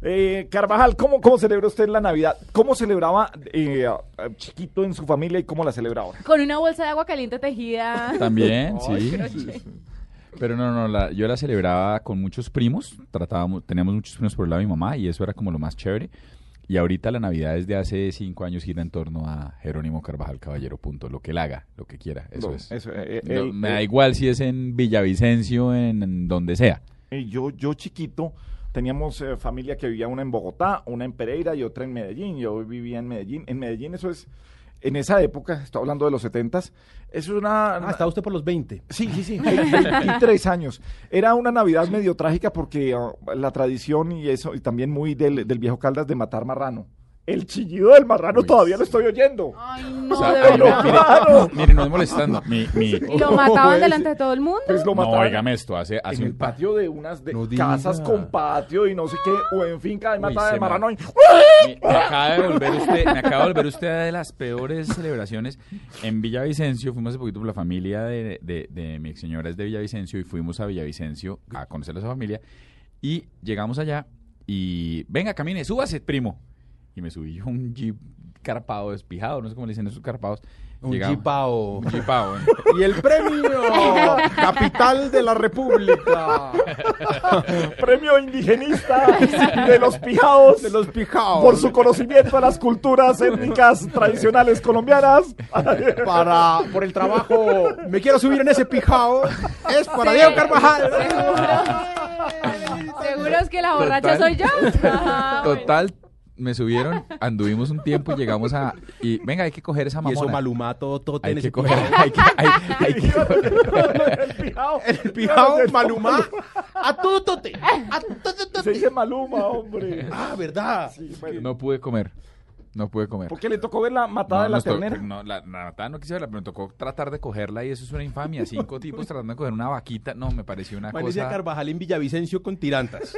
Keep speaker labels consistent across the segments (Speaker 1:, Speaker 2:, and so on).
Speaker 1: Eh, Carvajal, ¿cómo, ¿cómo celebró usted la Navidad? ¿Cómo celebraba eh, a- a chiquito en su familia y cómo la celebra ahora?
Speaker 2: Con una bolsa de agua caliente tejida.
Speaker 3: También, sí. Pero no, no, la- yo la celebraba con muchos primos, tratábamos, teníamos muchos primos por el lado de mi mamá y eso era como lo más chévere. Y ahorita la Navidad desde hace cinco años gira en torno a Jerónimo Carvajal Caballero, punto, lo que él haga, lo que quiera, eso
Speaker 1: No,
Speaker 3: es.
Speaker 1: eso, eh, eh,
Speaker 3: No,
Speaker 1: el-
Speaker 3: me
Speaker 1: el-
Speaker 3: da igual si es en Villavicencio, en, en donde sea.
Speaker 1: Eh, yo, yo chiquito, teníamos eh, familia que vivía una en Bogotá, una en Pereira y otra en Medellín. Yo vivía en Medellín. En Medellín eso es, en esa época, estoy hablando de los setentas, eso es una...
Speaker 4: Ah, estaba usted por los 20.
Speaker 1: Sí, sí, sí, ve- 23 años. Era una Navidad medio trágica porque ah, la tradición y eso, y también muy del, del viejo Caldas de matar marrano. El chillido del marrano
Speaker 3: Uy,
Speaker 1: todavía lo
Speaker 3: sí.
Speaker 1: estoy oyendo.
Speaker 2: Ay, no,
Speaker 3: O sea, ah,
Speaker 2: de
Speaker 3: pero-
Speaker 2: verdad.
Speaker 3: mire, mire, no es molestando. Mi, mi-
Speaker 2: ¿Y lo mataban
Speaker 1: Pues,
Speaker 2: delante de todo el mundo?
Speaker 1: Pues lo
Speaker 3: no,
Speaker 1: mataban
Speaker 3: óigame esto, hace,
Speaker 1: en
Speaker 3: hace
Speaker 1: el
Speaker 3: un par-
Speaker 1: patio de unas de
Speaker 4: No diga.
Speaker 1: casas con patio y no sé qué, o en finca de
Speaker 3: Uy,
Speaker 1: matada de
Speaker 3: se me-
Speaker 1: marrano. y-
Speaker 3: Me, me acaba de volver usted, me acaba de volver usted a de las peores celebraciones. En Villavicencio, fuimos hace poquito por la familia de, de- de mi ex señora es de Villavicencio y fuimos a Villavicencio a conocer a su familia. Y llegamos allá y venga, camine, súbase, primo. Y me subí yo a un jeep carpado, despijado, no sé cómo le dicen esos carpados.
Speaker 4: Un
Speaker 3: Llegamos-
Speaker 4: jipao.
Speaker 3: Un jeepao, ¿eh?
Speaker 4: Y el premio capital de la República
Speaker 1: Premio indigenista de los pijaos
Speaker 4: de los pijaos
Speaker 1: por su conocimiento de las culturas étnicas tradicionales colombianas.
Speaker 4: para por el trabajo. Me quiero subir en ese pijao. Es para Diego Carvajal.
Speaker 2: Seguro es que la borracha
Speaker 3: Total.
Speaker 2: soy yo. Ajá, bueno.
Speaker 3: Total, me subieron, anduvimos un tiempo y llegamos a... Y venga, hay que coger esa
Speaker 4: Y eso
Speaker 3: mamona.
Speaker 4: malumato todo
Speaker 3: hay
Speaker 4: en
Speaker 3: que
Speaker 4: ese
Speaker 3: coger,
Speaker 4: pijao.
Speaker 3: hay que, hay- hay que
Speaker 1: el pijao.
Speaker 4: El pijao Maluma a todo tote, a todo
Speaker 1: Se
Speaker 4: tote.
Speaker 1: dice Maluma, hombre.
Speaker 4: Ah, verdad.
Speaker 1: Sí, bueno.
Speaker 3: No pude comer. No pude comer.
Speaker 1: ¿Por qué le tocó ver la matada
Speaker 3: No,
Speaker 1: de la
Speaker 3: nos to-
Speaker 1: ternera?
Speaker 3: no, la, la matada no quise verla, pero me tocó tratar de cogerla y eso es una infamia. Cinco tipos tratando de coger una vaquita. No, me pareció una
Speaker 4: Parecía
Speaker 3: cosa.
Speaker 4: Carvajal en Villavicencio con tirantas.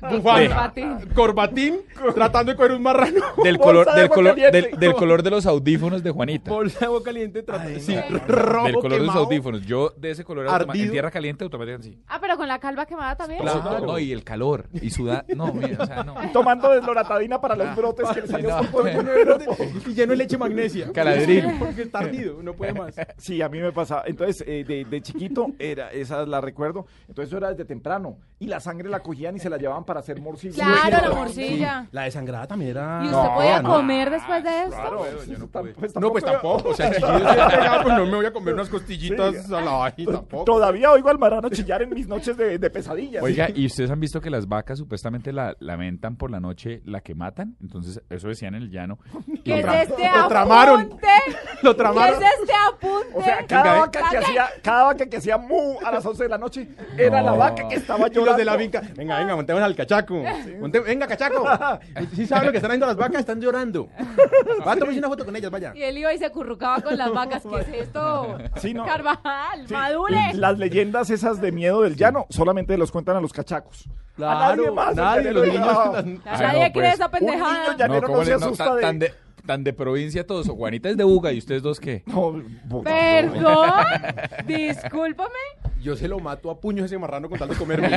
Speaker 2: Corbatín.
Speaker 4: Corbatín. Corbatín tratando de coger un marrano.
Speaker 3: Del
Speaker 1: Bolsa
Speaker 3: color,
Speaker 1: de
Speaker 3: del,
Speaker 1: agua
Speaker 3: color,
Speaker 1: caliente.
Speaker 3: del, del color de los audífonos de Juanita.
Speaker 4: Bolsa de agua caliente tratando. sí, rojo
Speaker 3: Del color de los
Speaker 4: quemado.
Speaker 3: audífonos. Yo de ese color automa- en
Speaker 4: Ardido.
Speaker 3: tierra caliente automáticamente sí.
Speaker 2: Ah, pero con la calva quemada también.
Speaker 4: Claro.
Speaker 3: No, y el calor. Y sudar. No, mira, o sea, no.
Speaker 1: Tomando desloratadina para los brotes que le salió
Speaker 3: No.
Speaker 1: por todo el cuerpo.
Speaker 4: Y lleno de leche magnesia.
Speaker 3: Caladril.
Speaker 4: Porque está ardido, no puede más.
Speaker 1: Sí, a mí me pasaba. Entonces, eh, de, de chiquito, era, esa la recuerdo. Entonces, yo era desde temprano. Y la sangre la cogían y se la llevaban para hacer morcilla.
Speaker 2: Claro, la morcilla.
Speaker 4: La desangrada también era.
Speaker 2: ¿Y usted podía
Speaker 4: no.
Speaker 2: comer después de esto?
Speaker 3: yo no pude.
Speaker 4: No, pues tampoco. O sea, si yo hubiera pegado, pues no me voy a comer unas costillitas a la bajita tampoco.
Speaker 1: Todavía oigo al marano chillar en mis noches de, de pesadillas.
Speaker 3: Oiga, ¿y ustedes han visto que las vacas supuestamente la lamentan por la noche la que matan? Entonces, eso decían en el llano. Y
Speaker 2: ¿Qué es
Speaker 3: llegaba-
Speaker 2: este
Speaker 4: Lo tramaron.
Speaker 2: apunte? ¿Qué
Speaker 4: Lo
Speaker 2: es
Speaker 4: tramaron.
Speaker 2: este apunte?
Speaker 1: O sea, cada
Speaker 3: eh.
Speaker 4: Venga,
Speaker 1: vaca, que hacía, cada vaca que hacía mu a las 11 de la noche era la
Speaker 3: No.
Speaker 1: vaca que estaba
Speaker 4: Y
Speaker 1: llorando.
Speaker 4: los de la vinca. Venga, venga, montemos al cachaco. Monte- venga, cachaco. Si saben lo que están haciendo las vacas, están llorando. Va, tómese una foto con ellas, vaya.
Speaker 2: Y él iba y se acurrucaba con las vacas. ¿Qué es esto?
Speaker 1: Sí, no.
Speaker 2: Carvajal,
Speaker 1: Sí.
Speaker 2: madure.
Speaker 1: Las leyendas esas de miedo del llano solamente los cuentan a los cachacos. a nadie más. en
Speaker 4: nadie, los
Speaker 1: general.
Speaker 4: niños.
Speaker 3: Ah,
Speaker 2: Nadie cree
Speaker 3: no, pues,
Speaker 2: esa
Speaker 1: Un
Speaker 2: pendejada.
Speaker 1: niño llanero no,
Speaker 3: ¿cómo
Speaker 1: se
Speaker 3: le-
Speaker 1: asusta
Speaker 3: tan,
Speaker 1: de...
Speaker 3: tan de... tan de provincia todos. O Juanita es de Buga y ustedes dos qué.
Speaker 1: No, bo-
Speaker 2: Perdón, discúlpame.
Speaker 4: Yo se lo mato a puños ese marrano con tal de comerme.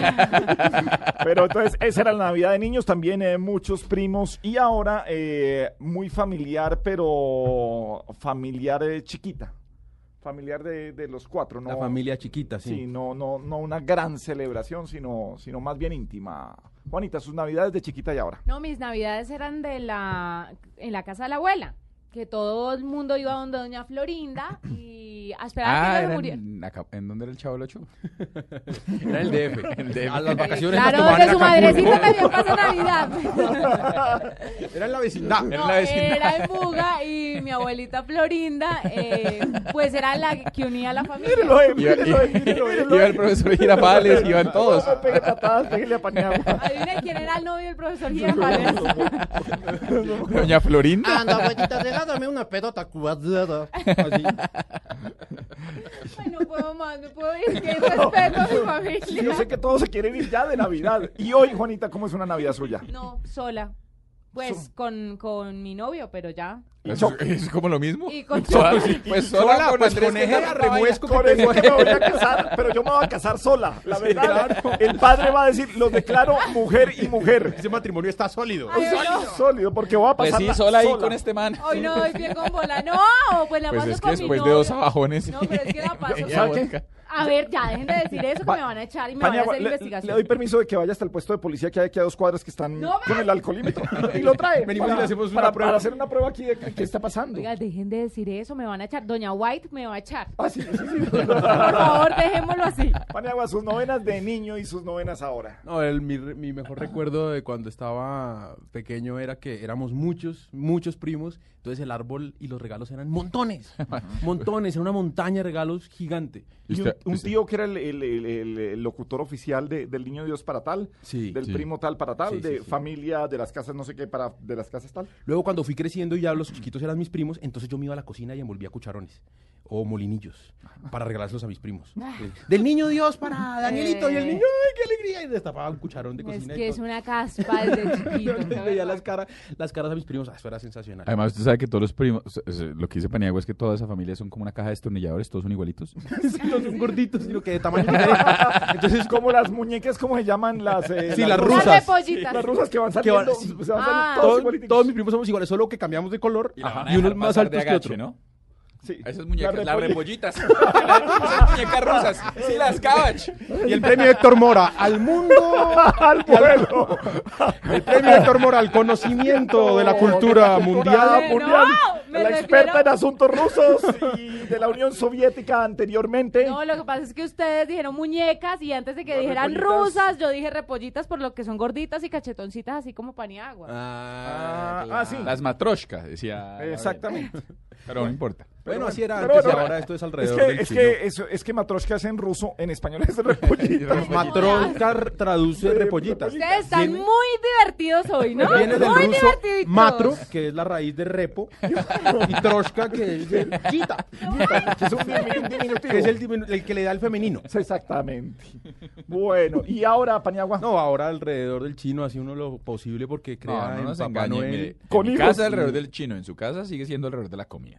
Speaker 1: Pero entonces, esa era la Navidad de niños, también eh, muchos primos y ahora eh, muy familiar, pero familiar eh, chiquita, familiar de, de los cuatro, ¿no?
Speaker 4: La familia chiquita, sí.
Speaker 1: Sí, no, no, no una gran celebración, sino, sino más bien íntima. Juanita, sus Navidades de chiquita y ahora.
Speaker 2: No, mis navidades eran de la en la casa de la abuela, que todo el mundo iba donde doña Florinda y moría. A esperar a
Speaker 3: Ah,
Speaker 2: que no se
Speaker 3: era
Speaker 2: muriera.
Speaker 3: en, Aca- ¿en dónde era el Chavo del Ocho? era el DF. El DF.
Speaker 4: A las vacaciones la
Speaker 2: Claro,
Speaker 4: tomaban en
Speaker 2: que su
Speaker 4: Acapulco.
Speaker 2: madrecita también pasa Navidad.
Speaker 4: Era en la vecindad.
Speaker 3: Era
Speaker 2: No,
Speaker 3: la vecindad.
Speaker 2: era en Buga y mi abuelita Florinda, eh, pues era la que unía a la familia.
Speaker 1: Mírelo ahí,
Speaker 3: Iba,
Speaker 1: mírelo ahí, mírelo ahí.
Speaker 3: iba el profesor Girafales, iban todos.
Speaker 1: No, Pegue patadas, pégale a Paniagua.
Speaker 2: Adivina quién era el novio del profesor Girafales.
Speaker 3: Doña Florinda.
Speaker 4: Anda, abuelita, regálame una pedota cuadrada.
Speaker 2: Ay, no puedo más, no puedo ir. Que respeto a mi
Speaker 1: Yo
Speaker 2: familia.
Speaker 1: sé que todos se quieren ir ya de Navidad. Y hoy, Juanita, ¿cómo es una Navidad suya?
Speaker 2: No, sola. Pues con, con mi novio, pero ya.
Speaker 3: Eso- Es como lo mismo.
Speaker 2: Y con-
Speaker 3: Sola, pues sola,
Speaker 4: Hola,
Speaker 3: con
Speaker 4: pues
Speaker 3: Andrés
Speaker 4: con ese
Speaker 3: Quezada,
Speaker 4: arremuesco que
Speaker 1: Con
Speaker 4: tengo.
Speaker 1: eso que me voy a casar, pero yo me voy a casar sola. La verdad, el padre va a decir, los declaro mujer y mujer.
Speaker 4: Ese matrimonio está sólido.
Speaker 2: Ay, hoy no.
Speaker 1: Sólido, porque voy a
Speaker 3: Pues
Speaker 1: pasar
Speaker 3: sí, sola ahí con este man.
Speaker 2: Hoy no, hoy bien con bola. No, pues la
Speaker 3: Pues
Speaker 2: paso
Speaker 3: es que
Speaker 2: con mi
Speaker 3: después de
Speaker 2: novio.
Speaker 3: dos abajones.
Speaker 2: No, pero es que la paso.
Speaker 3: Ella
Speaker 2: con-
Speaker 3: vodka.
Speaker 2: A ver, ya dejen de decir eso que me van a echar y me van a hacer
Speaker 1: le,
Speaker 2: investigación.
Speaker 1: le doy permiso de que vaya hasta el puesto de policía que hay aquí a dos cuadras que están
Speaker 2: No,
Speaker 1: con el alcoholímetro. Y lo trae.
Speaker 4: Venimos y le hacemos una
Speaker 1: para,
Speaker 4: prueba.
Speaker 1: para hacer una prueba aquí de qué, qué está pasando.
Speaker 2: Oiga, dejen de decir eso, me van a echar. Doña White me va a echar.
Speaker 1: Ah, sí, sí, sí.
Speaker 2: Por favor, dejémoslo así.
Speaker 1: Paniagua, sus novenas de niño y sus novenas ahora.
Speaker 4: No, el- mi, re- mi mejor recuerdo de cuando estaba pequeño era que éramos muchos, muchos primos, entonces el árbol y los regalos eran montones, montones, era una montaña de regalos gigante.
Speaker 3: Y
Speaker 1: Y un,
Speaker 3: usted-
Speaker 1: un
Speaker 4: este.
Speaker 3: usted-
Speaker 1: tío que era el, el- el- el- el locutor oficial de- del niño Dios para tal,
Speaker 4: Sí,
Speaker 1: del
Speaker 3: sí.
Speaker 1: primo tal para tal,
Speaker 4: Sí, sí,
Speaker 1: de
Speaker 4: sí.
Speaker 1: familia de las casas no sé qué para de las casas tal.
Speaker 4: Luego cuando fui creciendo y ya los chiquitos eran mis primos, entonces yo me iba a la cocina y envolvía cucharones o molinillos para regalárselos a mis primos. Eh, Del niño Dios para Danielito y el niño, ¡ay, qué alegría! Y destapaba un cucharón de
Speaker 2: Es
Speaker 4: cocina. y
Speaker 2: que es
Speaker 4: todo.
Speaker 2: una caspa desde chiquito.
Speaker 4: Yo les veía las caras, las caras a mis primos, ah, eso era sensacional.
Speaker 3: Además, usted sabe que todos los primos, o sea, o sea, lo que dice Paniagua es que toda esa familia son como una caja de destornilladores, todos son igualitos.
Speaker 4: Sí, no son gorditos, sino que de tamaño
Speaker 1: Entonces, como las muñecas, ¿cómo se llaman las? eh,
Speaker 4: Sí, las
Speaker 2: Las
Speaker 4: rusas.
Speaker 2: repollitas.
Speaker 1: Las rusas que van
Speaker 4: Que van-
Speaker 1: saliendo,
Speaker 4: sí.
Speaker 1: se van saliendo
Speaker 2: Ah.
Speaker 1: todos
Speaker 4: todos,
Speaker 1: igualiticos.
Speaker 4: todos mis primos somos iguales, solo que cambiamos de color ajá, y uno es más alto que otro.
Speaker 3: ¿no?
Speaker 1: Sí.
Speaker 3: Esas muñecas,
Speaker 1: La
Speaker 3: las
Speaker 1: repolla-
Speaker 3: repollitas. Esas muñecas rusas. Sí, las cavach.
Speaker 4: Y el premio Héctor Mora al mundo,
Speaker 1: al vuelo.
Speaker 4: el premio Héctor Mora al conocimiento Oh, de la
Speaker 1: De
Speaker 4: cultura
Speaker 1: la
Speaker 4: mundial.
Speaker 2: No,
Speaker 1: mundial.
Speaker 2: me
Speaker 1: la
Speaker 2: refiero-
Speaker 1: experta en asuntos rusos y de la Unión Soviética anteriormente.
Speaker 2: No, lo que pasa es que ustedes dijeron muñecas y antes de que
Speaker 1: Las
Speaker 2: dijeran
Speaker 1: repollitas.
Speaker 2: rusas, yo dije repollitas por lo que son gorditas y cachetoncitas así como paniagua.
Speaker 1: Ah, ah, sí.
Speaker 3: Las matroshkas, decía.
Speaker 1: Exactamente.
Speaker 3: Pero no importa.
Speaker 4: Bueno, así era
Speaker 1: Pero
Speaker 4: antes y
Speaker 1: bueno,
Speaker 4: ahora esto es
Speaker 1: Es
Speaker 4: alrededor
Speaker 1: que,
Speaker 4: del
Speaker 1: es,
Speaker 4: chino.
Speaker 2: eh,
Speaker 1: que eso, es que matroshka es en ruso, en español es repollita.
Speaker 4: Matrosca traduce
Speaker 1: Eh,
Speaker 4: repollitas.
Speaker 2: Ustedes están
Speaker 4: Viene-
Speaker 2: muy divertidos hoy, ¿no?
Speaker 4: Viene del
Speaker 2: muy
Speaker 4: ruso
Speaker 2: divertiditos.
Speaker 4: matro, que es la raíz de repo, y troshka, que es de chita,
Speaker 1: es un dimi- un diminutivo.
Speaker 4: que es el, diminu- el que le da el femenino.
Speaker 1: Exactamente. Bueno, y ahora, Paniagua.
Speaker 4: No, ahora alrededor del chino hace uno lo posible porque
Speaker 3: No,
Speaker 4: crea
Speaker 3: no
Speaker 4: en
Speaker 3: nos
Speaker 4: Papá
Speaker 3: engañen.
Speaker 4: Noel.
Speaker 3: mire, En
Speaker 1: Con
Speaker 3: mi
Speaker 1: hijos.
Speaker 3: casa alrededor del chino, en su casa sigue siendo alrededor de la comida.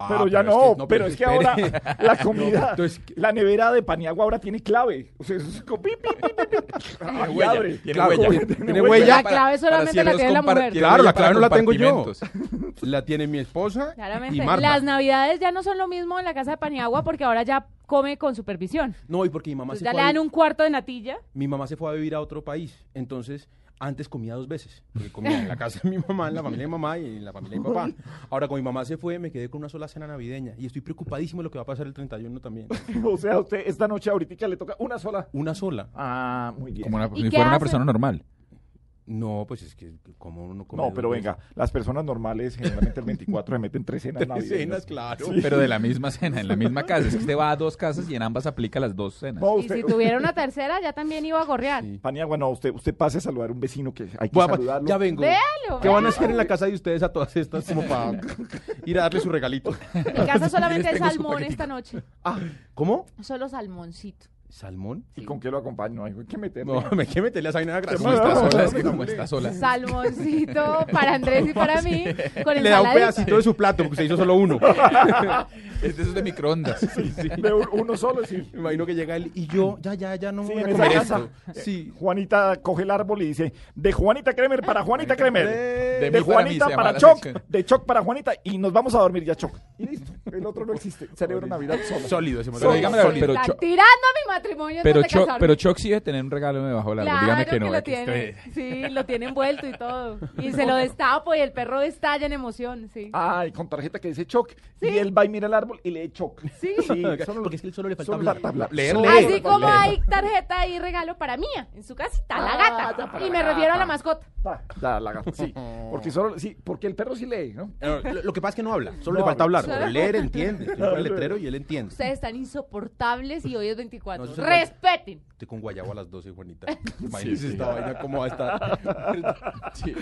Speaker 4: Ah,
Speaker 1: pero ya
Speaker 4: es
Speaker 1: no,
Speaker 4: que-
Speaker 1: pero es que
Speaker 4: espere.
Speaker 1: ahora la comida,
Speaker 4: entonces, ¿qué?
Speaker 1: la nevera de Paniagua ahora tiene clave. O sea, es como pi, pi, pi, pi, pi. Ahí
Speaker 3: huella,
Speaker 1: abre.
Speaker 3: tiene
Speaker 1: Claro,
Speaker 3: huella.
Speaker 1: como que
Speaker 4: Tiene huella.
Speaker 2: La clave solamente la
Speaker 3: ciertos
Speaker 2: tiene la
Speaker 3: compar-
Speaker 2: mujer.
Speaker 3: tiene
Speaker 4: Claro,
Speaker 3: huella
Speaker 4: la clave
Speaker 3: para
Speaker 4: no la tengo yo.
Speaker 3: compartimentos.
Speaker 4: La tiene mi esposa y
Speaker 2: Claramente.
Speaker 4: Marta.
Speaker 2: Las navidades ya no son lo mismo en la casa de Paniagua porque ahora ya come con supervisión.
Speaker 4: No, y porque mi mamá,
Speaker 2: Entonces
Speaker 4: se
Speaker 2: ya
Speaker 4: fue
Speaker 2: le
Speaker 4: a vi-
Speaker 2: dan un cuarto de natilla.
Speaker 4: mi mamá se fue a vivir a otro país. Entonces, antes comía dos veces. Porque comía en la casa de mi mamá, en la familia de mamá y en la familia de mi papá. Ahora, cuando mi mamá se fue, me quedé con una sola cena navideña. Y estoy preocupadísimo de lo que va a pasar el 31 también.
Speaker 1: O sea, usted esta noche ahorita le toca una sola.
Speaker 4: Una sola.
Speaker 1: Ah, muy bien.
Speaker 3: Como una,
Speaker 2: ¿Y
Speaker 3: si
Speaker 2: qué
Speaker 3: fuera una
Speaker 2: hace?
Speaker 3: persona normal.
Speaker 4: No, pues es que como uno come
Speaker 1: No,
Speaker 4: dos
Speaker 1: pero
Speaker 4: veces.
Speaker 1: venga, las personas normales generalmente el 24 se meten tres cenas
Speaker 4: Tres
Speaker 1: navideñas.
Speaker 4: cenas, claro.
Speaker 3: Pero de la misma cena, en la misma casa. Es que usted va a dos casas y en ambas aplica las dos cenas.
Speaker 1: No,
Speaker 2: Y
Speaker 1: usted,
Speaker 2: si tuviera una tercera, ya también iba a gorrear.
Speaker 4: Oh, Sí.
Speaker 1: Paniagua, no, usted, usted pase a saludar a un vecino que hay que
Speaker 4: Voy a-
Speaker 1: saludarlo.
Speaker 4: ya vengo.
Speaker 2: Véalo,
Speaker 4: ¿Qué van
Speaker 2: véalo.
Speaker 4: a hacer en la casa de ustedes a todas estas como para ir a darle su regalito?
Speaker 2: En casa solamente
Speaker 3: Les
Speaker 2: hay
Speaker 3: tengo su
Speaker 2: salmón
Speaker 3: paquetico.
Speaker 2: esta noche.
Speaker 4: Ah, ¿cómo?
Speaker 2: Solo salmoncito.
Speaker 4: ¿Salmón?
Speaker 1: ¿Y con qué lo acompaño? Hay que meterlo.
Speaker 4: No, me que meterle a esa vaina
Speaker 3: Como
Speaker 4: grasosa.
Speaker 3: está sola, es que como está sola.
Speaker 2: Salmoncito para Andrés y para mí. Con
Speaker 4: Le da un
Speaker 2: ensaladita.
Speaker 4: pedacito de su plato porque se hizo solo uno.
Speaker 3: Es de esos de microondas.
Speaker 1: De un- uno solo, sí.
Speaker 4: Me imagino que llega él y yo, ya, ya, ya no me
Speaker 1: Sí,
Speaker 4: voy
Speaker 1: en
Speaker 4: a
Speaker 1: esa
Speaker 4: comer
Speaker 1: casa.
Speaker 4: esto. Sí.
Speaker 1: Juanita coge el árbol y dice, de Juanita Kremer para Juanita Kremer.
Speaker 3: De
Speaker 1: Ah, De,
Speaker 3: mí para mí,
Speaker 1: Juanita
Speaker 3: se llama
Speaker 1: para
Speaker 3: la
Speaker 1: Choc,
Speaker 3: sección.
Speaker 1: de Choc para Juanita y nos vamos a dormir ya, Choc. y listo. El otro no existe. Celebro Navidad solo.
Speaker 4: Sólido, se me
Speaker 3: Pero
Speaker 4: olvidó.
Speaker 3: dígame, la verdad, pero,
Speaker 2: Están
Speaker 3: Cho-
Speaker 2: tirando mi matrimonio
Speaker 3: pero,
Speaker 2: antes de
Speaker 3: Cho-
Speaker 2: casarme.
Speaker 3: pero Choc sí debe tener un regalo debajo del árbol.
Speaker 2: Claro
Speaker 3: Dígame que
Speaker 2: que
Speaker 3: no.
Speaker 2: lo
Speaker 3: que
Speaker 2: tiene.
Speaker 3: usted-
Speaker 2: Sí, lo tiene envuelto y todo. Y se lo destapo y el perro estalla en emoción, sí.
Speaker 3: Ah,
Speaker 1: Ay, con tarjeta que dice choc. Y él va y mira el árbol y lee choc.
Speaker 2: Sí.
Speaker 1: solo-
Speaker 4: Porque es que él solo le falta
Speaker 1: solo la
Speaker 4: hablar.
Speaker 1: tabla.
Speaker 4: Leer,
Speaker 1: Solo-
Speaker 4: leer.
Speaker 2: Así como hay tarjeta y regalo para mía, en su casita,
Speaker 4: Ah,
Speaker 2: la gata. Y me refiero a la mascota.
Speaker 1: Ah, la- la- sí, porque solo, sí, porque el perro sí lee, ¿no?
Speaker 4: No, Lo lo que pasa es que no habla, solo
Speaker 1: No
Speaker 4: le falta
Speaker 1: habla.
Speaker 4: hablar. Pero leer entiende. Yo pongo el letrero y él entiende.
Speaker 2: Ustedes están insoportables y hoy es 24.
Speaker 4: No, eso es
Speaker 2: Respeten.
Speaker 4: Estoy con Guayabo a las 12, Juanita. Imagínese esta vaina cómo va a estar. Sí.